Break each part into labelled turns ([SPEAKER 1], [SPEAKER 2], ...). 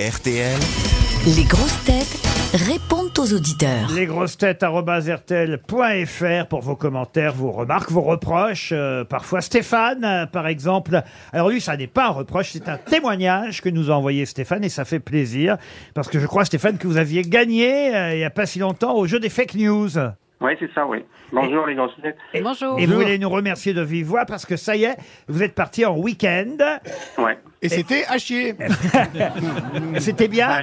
[SPEAKER 1] RTL.
[SPEAKER 2] Les grosses têtes répondent aux auditeurs.
[SPEAKER 3] Lesgrossetêtes.fr pour vos commentaires, vos remarques, vos reproches. euh, parfois Stéphane, euh, par exemple. Alors lui, ça n'est pas un reproche, c'est un témoignage que nous a envoyé Stéphane et ça fait plaisir. Parce que je crois, Stéphane, que vous aviez gagné euh, il n'y a pas si longtemps au jeu des fake news.
[SPEAKER 4] Oui, c'est ça, oui. Bonjour les grosses têtes.
[SPEAKER 5] Bonjour.
[SPEAKER 3] Et vous voulez nous remercier de vive voix parce que ça y est, vous êtes parti en week-end.
[SPEAKER 4] Ouais.
[SPEAKER 6] Et c'était à chier.
[SPEAKER 3] C'était bien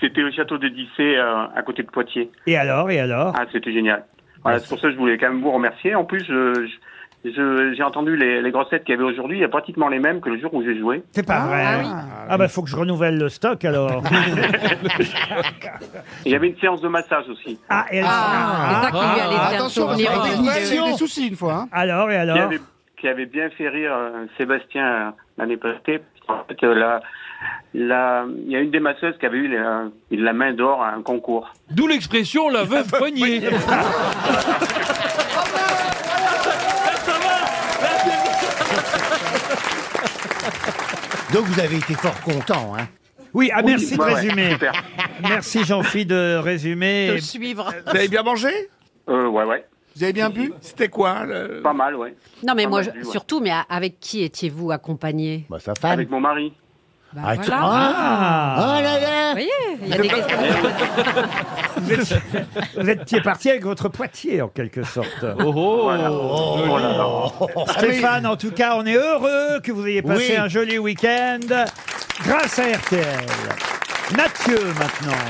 [SPEAKER 4] C'était au château de Dissé, euh, à côté de Poitiers.
[SPEAKER 3] Et alors, et alors
[SPEAKER 4] Ah, c'était génial. Voilà, c'est pour ça que je voulais quand même vous remercier. En plus, je- je- je- j'ai entendu les, les grosses têtes qu'il y avait aujourd'hui, il y a pratiquement les mêmes que le jour où j'ai joué.
[SPEAKER 3] C'est pas vrai. Ah bah faut que je renouvelle le stock alors.
[SPEAKER 4] Et Il y avait une séance de massage aussi.
[SPEAKER 3] Ah, et alors-
[SPEAKER 5] Ah, c'est ça qui lui allait faire
[SPEAKER 6] Attention, parce
[SPEAKER 5] tourner
[SPEAKER 6] qu'on
[SPEAKER 5] en
[SPEAKER 6] a des-
[SPEAKER 5] vidéo.
[SPEAKER 6] on a eu des soucis une fois. hein.
[SPEAKER 3] alors et
[SPEAKER 4] Qui
[SPEAKER 3] alors
[SPEAKER 4] avait, qui avait bien fait rire euh, Sébastien euh, l'année passée. En fait, euh, la- la- il y a une des masseuses qui avait eu la, la main d'or à un concours.
[SPEAKER 7] D'où l'expression la veuve poignée.
[SPEAKER 6] Donc vous avez été fort content. Hein.
[SPEAKER 3] Oui, ah merci de
[SPEAKER 4] Ouais, ouais,
[SPEAKER 3] résumer.
[SPEAKER 4] super.
[SPEAKER 3] Merci Jean-Phi de
[SPEAKER 5] de
[SPEAKER 3] résumer.
[SPEAKER 5] suivre.
[SPEAKER 6] Vous avez bien mangé
[SPEAKER 4] Euh, ouais, ouais.
[SPEAKER 6] Vous avez bien bu C'était quoi le...
[SPEAKER 4] Pas mal, ouais.
[SPEAKER 5] Non, mais
[SPEAKER 4] Pas
[SPEAKER 5] moi,
[SPEAKER 4] mal
[SPEAKER 5] je-
[SPEAKER 4] vu, ouais.
[SPEAKER 5] surtout, mais a- avec qui étiez-vous accompagné
[SPEAKER 6] Bah, sa femme.
[SPEAKER 4] Avec mon mari.
[SPEAKER 5] Bah,
[SPEAKER 6] Ah, tu-
[SPEAKER 5] voilà.
[SPEAKER 3] Ah,
[SPEAKER 6] Oh là là
[SPEAKER 5] Vous voyez, il y
[SPEAKER 8] Ah, bah,
[SPEAKER 5] a des questions.
[SPEAKER 3] vous étiez parti avec votre poitier en quelque sorte.
[SPEAKER 4] Voilà. Oh là là.
[SPEAKER 3] Stéphane, en tout cas, on est heureux que vous ayez passé
[SPEAKER 6] Oui.
[SPEAKER 3] un joli week-end grâce à RTL. Mathieu, maintenant.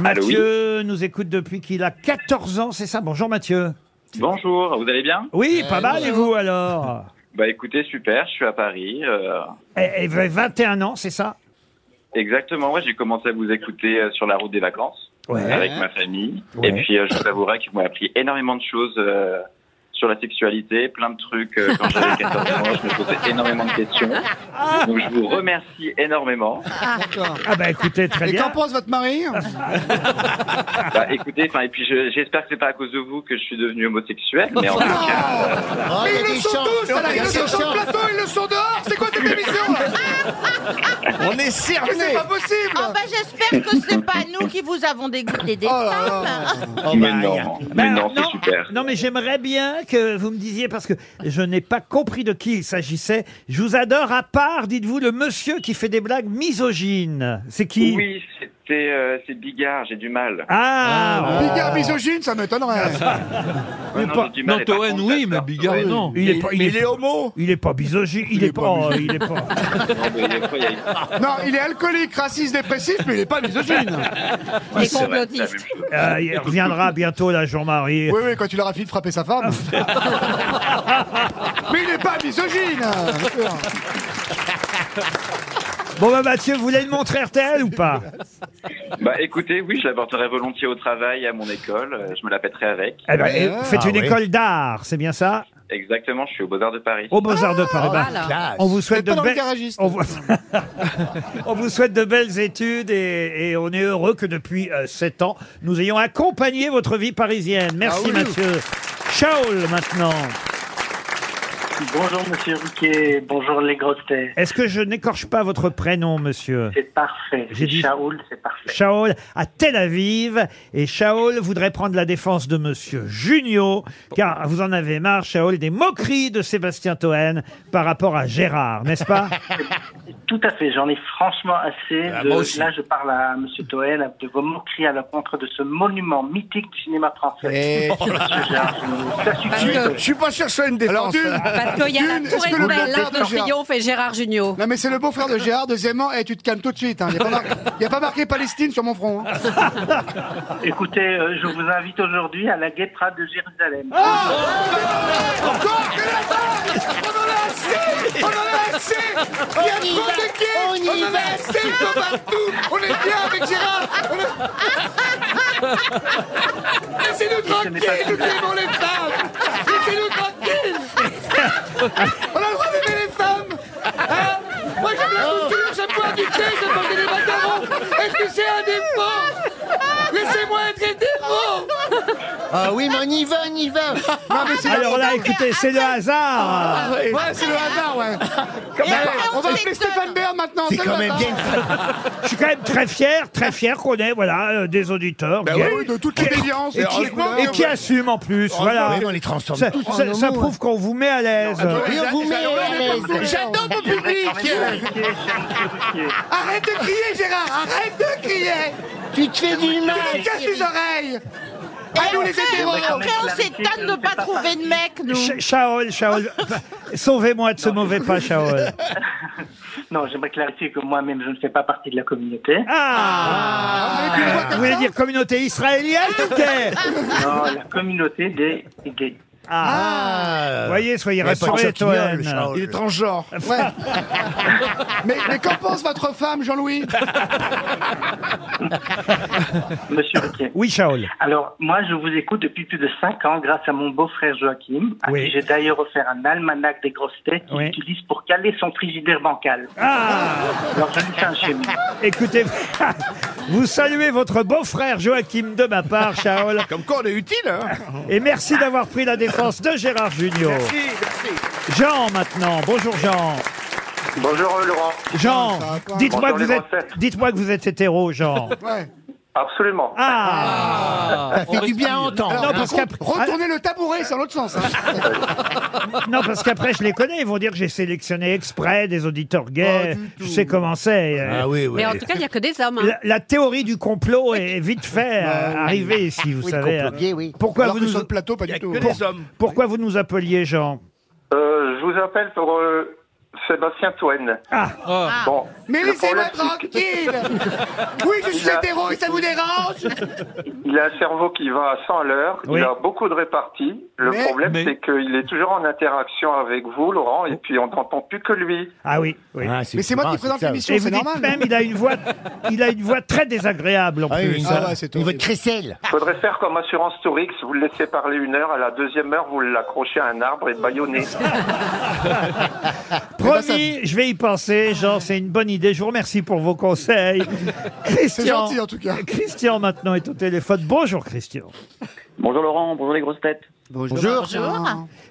[SPEAKER 3] Mathieu nous écoute depuis qu'il a 14 ans, c'est ça Bonjour Mathieu.
[SPEAKER 9] Bonjour, vous allez bien
[SPEAKER 3] Oui, pas mal, et vous alors Eh,
[SPEAKER 9] Bah écoutez, super, je suis à Paris. euh,
[SPEAKER 3] Et, et 21 ans, c'est ça
[SPEAKER 9] exactement, ouais, j'ai commencé à vous écouter euh, sur la route des vacances avec ma famille.
[SPEAKER 3] Ouais.
[SPEAKER 9] Et puis euh, je vous avouerai qu'ils m'ont appris énormément de choses euh, sur la sexualité, plein de trucs. euh, quand j'avais 14 ans, je me posais énormément de questions. Donc je vous remercie énormément.
[SPEAKER 6] D'accord.
[SPEAKER 3] Ah bah écoutez, très
[SPEAKER 6] Et qu'en
[SPEAKER 3] bien.
[SPEAKER 6] pense votre mari
[SPEAKER 9] Bah écoutez, enfin et puis je- j'espère que c'est pas à cause de vous que je suis devenu homosexuel, mais en tout
[SPEAKER 3] Oh,
[SPEAKER 9] cas,
[SPEAKER 6] Mais ils le sont tous là, Ils le sont sur le plateau, ils le sont dehors C'est quoi cette émission là
[SPEAKER 1] On est
[SPEAKER 6] C'est
[SPEAKER 1] cerné.
[SPEAKER 6] pas possible
[SPEAKER 8] Ah bah j'espère que c'est pas nous qui vous avons dégoûté des
[SPEAKER 6] Oh là
[SPEAKER 8] femmes.
[SPEAKER 6] là.
[SPEAKER 9] mais non, mais
[SPEAKER 3] Bah,
[SPEAKER 9] non, c'est super.
[SPEAKER 3] non, mais j'aimerais bien que vous me disiez, parce que je n'ai pas compris de qui il s'agissait. Je vous adore à part, dites-vous, le monsieur qui fait des blagues misogynes. C'est qui
[SPEAKER 9] Oui, c'était euh, c'est Bigard, j'ai du mal.
[SPEAKER 3] Ah
[SPEAKER 6] Bigard misogyne, ça m'étonnerait.
[SPEAKER 9] Ouais, non, j'ai du mal,
[SPEAKER 7] Non,
[SPEAKER 9] et par
[SPEAKER 7] Toen,
[SPEAKER 9] contre,
[SPEAKER 7] oui,
[SPEAKER 9] la
[SPEAKER 7] mais
[SPEAKER 9] sœur,
[SPEAKER 7] Bigard,
[SPEAKER 9] Toen,
[SPEAKER 7] non.
[SPEAKER 3] il est pas, il est,
[SPEAKER 1] homo.
[SPEAKER 3] il est pas misogyne, il, est, pas, oh, il est pas.
[SPEAKER 9] non, mais des fois, il y a-
[SPEAKER 6] Non, il est alcoolique, raciste, dépressif, mais il est pas misogyne.
[SPEAKER 5] Les
[SPEAKER 9] c'est vrai, c'est la
[SPEAKER 5] complotistes.
[SPEAKER 9] même chose.
[SPEAKER 3] Euh, il reviendra bientôt là, Jean-Marie.
[SPEAKER 6] Oui, oui, quand il aura fini de frapper sa femme. mais il est pas misogyne
[SPEAKER 3] Bon bah Mathieu, vous voulez le montrer RTL ou pas
[SPEAKER 9] Bah écoutez, oui, je l'apporterai volontiers au travail, à mon école, euh, je me la pèterai avec.
[SPEAKER 3] eh ben, eh,
[SPEAKER 6] Ah,
[SPEAKER 3] Faites une
[SPEAKER 1] oui.
[SPEAKER 3] école d'art, c'est bien ça
[SPEAKER 9] Exactement, je suis au Beaux-Arts de Paris.
[SPEAKER 3] Au Beaux-Arts de Paris. Bah,
[SPEAKER 5] Voilà.
[SPEAKER 3] On vous souhaite
[SPEAKER 6] Vous
[SPEAKER 3] de
[SPEAKER 6] êtes pas dans le
[SPEAKER 3] belles-
[SPEAKER 6] garagiste.
[SPEAKER 3] on vous... on vous souhaite de belles études et, et on est heureux que depuis 7 ans, nous ayons accompagné votre vie parisienne. Merci
[SPEAKER 6] Ah oui.
[SPEAKER 3] Mathieu. Shaol maintenant.
[SPEAKER 4] Bonjour Monsieur Riquet, bonjour les grosses têtes.
[SPEAKER 3] Est-ce que je n'écorche pas votre prénom, monsieur
[SPEAKER 4] C'est parfait.
[SPEAKER 3] J'ai dit-
[SPEAKER 4] Shaoul, c'est parfait.
[SPEAKER 3] Shaol à Tel Aviv et Shaol voudrait prendre la défense de monsieur Junio car vous en avez marre Shaol des moqueries de Sébastien Toen par rapport à Gérard, n'est-ce pas
[SPEAKER 4] Tout à fait, j'en ai franchement assez.
[SPEAKER 1] Ah,
[SPEAKER 4] de-
[SPEAKER 1] moi aussi.
[SPEAKER 4] là, je parle à Monsieur Toel de vos moqueries à la contre de ce monument mythique du cinéma français.
[SPEAKER 6] Et-
[SPEAKER 4] Monsieur Gérard Jugnot, ça
[SPEAKER 5] Parce
[SPEAKER 4] suffit.
[SPEAKER 5] que-
[SPEAKER 6] Je suis pas sûr que ce soit une défense.
[SPEAKER 1] Alors, d'une-
[SPEAKER 5] parce qu'il y a
[SPEAKER 6] Dune,
[SPEAKER 5] la
[SPEAKER 6] est-ce
[SPEAKER 5] tour
[SPEAKER 6] que le
[SPEAKER 5] Eiffel,
[SPEAKER 6] beau-frère
[SPEAKER 5] l'Arc de
[SPEAKER 6] de Gérard-
[SPEAKER 5] Triomphe et Gérard Junior.
[SPEAKER 6] Non mais c'est le beau-frère de Gérard, deuxièmement, et tu te calmes tout de suite, hein. il n'y a, pas mar- y a pas marqué Palestine sur mon front. hein.
[SPEAKER 4] Écoutez, euh, je vous invite aujourd'hui à la guêtra de Jérusalem.
[SPEAKER 6] Encore que la vache On en a assez On en a assez Il y a trop de gays On en a assez de partout On est bien avec Gérard On a- Laissez-nous tranquilles, nous aimons les femmes Laissez-nous tranquilles On a le droit d'aimer les femmes Hein Moi j'aime la couture, j'aime boire du thé, j'aime manger des macarons Est-ce que c'est un défaut Laissez-moi être hétéro
[SPEAKER 10] Ah oui, mais on y va, on y va. Non, mais c'est la
[SPEAKER 3] Alors là,
[SPEAKER 10] montagne.
[SPEAKER 3] écoutez, c'est le
[SPEAKER 6] Ah,
[SPEAKER 3] hasard.
[SPEAKER 10] ouais.
[SPEAKER 6] c'est le hasard, ouais.
[SPEAKER 10] Quand
[SPEAKER 6] Ouais,
[SPEAKER 10] même.
[SPEAKER 6] on va appeler Stéphane Bern maintenant.
[SPEAKER 10] C'est
[SPEAKER 6] le
[SPEAKER 10] quand même
[SPEAKER 6] hasard.
[SPEAKER 10] bien une
[SPEAKER 3] Je suis quand même très fier, très fier qu'on ait voilà, euh, des auditeurs
[SPEAKER 6] Bah
[SPEAKER 3] qui-
[SPEAKER 6] oui, de toutes les déviances.
[SPEAKER 3] et, qui, et qui assument en plus. voilà.
[SPEAKER 10] Oh, on les transforme
[SPEAKER 3] Ça,
[SPEAKER 10] tous en Ah, bah
[SPEAKER 3] ça- ça
[SPEAKER 10] homo,
[SPEAKER 3] prouve qu'on vous met à l'aise.
[SPEAKER 10] Et on vous met à l'aise.
[SPEAKER 6] J'adore mon public. Arrête de crier, Gérard. Arrête de crier.
[SPEAKER 10] Tu te fais du mal.
[SPEAKER 6] Tu casses les oreilles.
[SPEAKER 8] Et
[SPEAKER 6] À nous, les
[SPEAKER 8] après,
[SPEAKER 6] hétéros.
[SPEAKER 8] après, on s'étonne de pas trouver de mec, nous.
[SPEAKER 3] Ch- Shaol, Shaol, Bah, sauvez-moi de ce mauvais pas, Shaol.
[SPEAKER 4] Non, j'aimerais clarifier que moi-même, je ne fais pas partie de la communauté.
[SPEAKER 3] Ah, Vous voulez dire communauté israélienne ou gay
[SPEAKER 4] Non, la communauté des gays.
[SPEAKER 3] Ah,
[SPEAKER 10] Ah.
[SPEAKER 3] Vous voyez, soyez
[SPEAKER 10] Il y a pas de
[SPEAKER 3] rassurés,
[SPEAKER 10] champignon,
[SPEAKER 3] Toen.
[SPEAKER 10] le Shaol.
[SPEAKER 6] Il est transgenre. Ouais. mais mais qu'en pense votre femme, Jean-Louis
[SPEAKER 4] Monsieur Riquet.
[SPEAKER 3] Oui, Shaol.
[SPEAKER 4] Alors, moi, je vous écoute depuis plus de 5 ans grâce à mon beau-frère Joachim, à
[SPEAKER 3] Oui.
[SPEAKER 4] qui j'ai d'ailleurs offert un almanach des grosses têtes qu'il
[SPEAKER 3] Oui.
[SPEAKER 4] utilise pour caler son frigidaire bancal.
[SPEAKER 3] Ah,
[SPEAKER 4] Alors, je lui fais un schéma.
[SPEAKER 3] écoutez, vous saluez votre beau-frère Joachim de ma part, Shaol,
[SPEAKER 6] Comme quoi, on est utile. Hein
[SPEAKER 3] et merci d'avoir pris la défense de Gérard Junior. Jean, maintenant. Bonjour, Jean.
[SPEAKER 9] Bonjour Laurent.
[SPEAKER 10] Ah,
[SPEAKER 3] Jean,
[SPEAKER 6] va pas.
[SPEAKER 3] dites-moi
[SPEAKER 9] Bonjour,
[SPEAKER 3] que, vous
[SPEAKER 9] les
[SPEAKER 3] êtes-
[SPEAKER 9] recettes.
[SPEAKER 3] dites-moi que vous êtes hétéro, Jean.
[SPEAKER 6] ouais.
[SPEAKER 9] Absolument.
[SPEAKER 3] Ah,
[SPEAKER 10] Ça fait du bien à entendre.
[SPEAKER 3] non,
[SPEAKER 10] hein.
[SPEAKER 3] parce qu'après-
[SPEAKER 6] Retournez le tabouret, c'est dans l'autre sens. hein.
[SPEAKER 3] non, parce qu'après, je les connais. Ils vont dire que j'ai sélectionné exprès des auditeurs gays.
[SPEAKER 6] Pas du
[SPEAKER 3] je sais comment c'est. euh,
[SPEAKER 10] Ah oui, oui. Bah
[SPEAKER 5] Mais en tout cas, il n'y a que des hommes. hein.
[SPEAKER 3] La, la théorie du complot est vite fait euh, arrivée ici, vous
[SPEAKER 10] Oui, le
[SPEAKER 3] savez. hein.
[SPEAKER 10] complot gay, oui.
[SPEAKER 3] Pourquoi,
[SPEAKER 6] Alors
[SPEAKER 3] vous
[SPEAKER 6] que sur
[SPEAKER 3] nous,
[SPEAKER 6] le plateau, pas du tout.
[SPEAKER 3] Pour- pourquoi vous nous appeliez, Jean
[SPEAKER 9] Euh, je vous appelle pour euh, Sébastien Toen.
[SPEAKER 7] Ah.
[SPEAKER 9] Bon,
[SPEAKER 6] Mais
[SPEAKER 9] le
[SPEAKER 6] laissez-moi
[SPEAKER 9] problème, c'est
[SPEAKER 6] tranquille Oui, je suis
[SPEAKER 9] Il a-
[SPEAKER 6] hétéro et ça vous dérange
[SPEAKER 9] Il a un cerveau qui va à 100 à l'heure,
[SPEAKER 3] Oui.
[SPEAKER 9] il a beaucoup de réparties. Le
[SPEAKER 6] Mais-
[SPEAKER 9] problème,
[SPEAKER 7] mais-
[SPEAKER 9] c'est qu'il est toujours en interaction avec vous, Laurent, et puis on n'entend plus que lui.
[SPEAKER 3] Ah oui, oui.
[SPEAKER 10] Ah,
[SPEAKER 6] Mais c'est moi qui
[SPEAKER 10] souvent,
[SPEAKER 6] présente
[SPEAKER 10] ça.
[SPEAKER 6] l'émission,
[SPEAKER 3] Et
[SPEAKER 6] c'est
[SPEAKER 3] vous dites
[SPEAKER 6] normal.
[SPEAKER 3] même, il a une voix, il a une voix très désagréable en
[SPEAKER 10] Ah oui,
[SPEAKER 3] plus.
[SPEAKER 6] Ah ouais, c'est
[SPEAKER 10] Une voix de
[SPEAKER 6] horrible.
[SPEAKER 10] crécelle.
[SPEAKER 9] Faudrait faire comme Assurance Tourix, vous le laissez parler une heure, à la deuxième heure, vous l'accrochez à un arbre et baillonnez.
[SPEAKER 3] Promis, je vais y penser. Jean, c'est une bonne idée. Je vous remercie pour vos conseils.
[SPEAKER 6] C'est
[SPEAKER 3] Christian,
[SPEAKER 6] gentil en tout cas.
[SPEAKER 3] Christian maintenant est au téléphone. Bonjour Christian.
[SPEAKER 9] Bonjour Laurent, bonjour les grosses têtes.
[SPEAKER 10] Bonjour.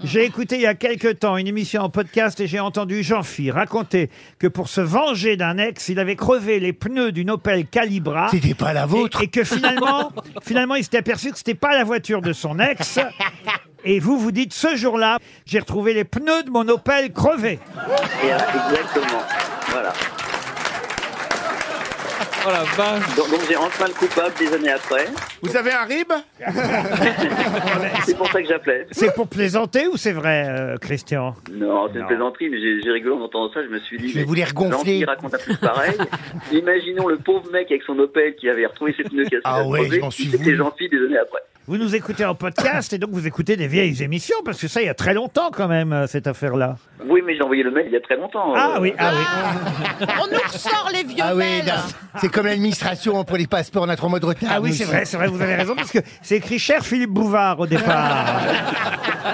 [SPEAKER 3] J'ai écouté il y a quelques temps une émission en podcast et j'ai entendu Jean-Phi raconter que pour se venger d'un ex, il avait crevé les pneus d'une Opel Calibra.
[SPEAKER 10] C'était pas la vôtre.
[SPEAKER 3] Et, et que finalement, finalement, il s'était aperçu que c'était pas la voiture de son ex. Et vous, vous dites, ce jour-là, j'ai retrouvé les pneus de mon Opel crevés.
[SPEAKER 4] Exactement. Voilà.
[SPEAKER 7] Oh la vache.
[SPEAKER 4] Donc, j'ai enfin le coupable des années après.
[SPEAKER 6] Vous avez un rib
[SPEAKER 10] Ah
[SPEAKER 4] C'est pour ça que j'appelais.
[SPEAKER 3] C'est pour plaisanter ou c'est vrai, euh, Christian
[SPEAKER 4] Non, c'est
[SPEAKER 3] Non.
[SPEAKER 4] une plaisanterie, mais j'ai j'ai rigolé en entendant ça. Je me suis dit,
[SPEAKER 10] Je vais
[SPEAKER 4] mais
[SPEAKER 10] vous les regonfler.
[SPEAKER 4] Jean-Pierre raconte un truc pareil. Imaginons le pauvre mec avec son Opel qui avait retrouvé ses pneus cassés.
[SPEAKER 10] Ah
[SPEAKER 4] à
[SPEAKER 10] ouais,
[SPEAKER 4] crever,
[SPEAKER 10] je m'en suis
[SPEAKER 4] qui était
[SPEAKER 10] voulu.
[SPEAKER 4] gentil des années après.
[SPEAKER 3] Vous nous écoutez en podcast et donc vous écoutez des vieilles émissions parce que ça, il y a très longtemps quand même, euh, cette affaire-là.
[SPEAKER 10] Oh.
[SPEAKER 4] Oui, mais j'ai envoyé le mail il y a très longtemps.
[SPEAKER 3] Ah
[SPEAKER 4] Euh,
[SPEAKER 3] oui, ah oui.
[SPEAKER 8] On nous ressort les vieux
[SPEAKER 10] Ah oui,
[SPEAKER 8] mails.
[SPEAKER 10] non. c'est comme l'administration pour les passeports, on a trois mois de retard.
[SPEAKER 3] Ah oui,
[SPEAKER 10] nous
[SPEAKER 3] c'est
[SPEAKER 10] aussi.
[SPEAKER 3] vrai, c'est vrai, vous avez raison, parce que c'est écrit cher Philippe Bouvard au départ.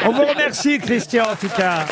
[SPEAKER 3] On vous remercie, Christian, en tout cas.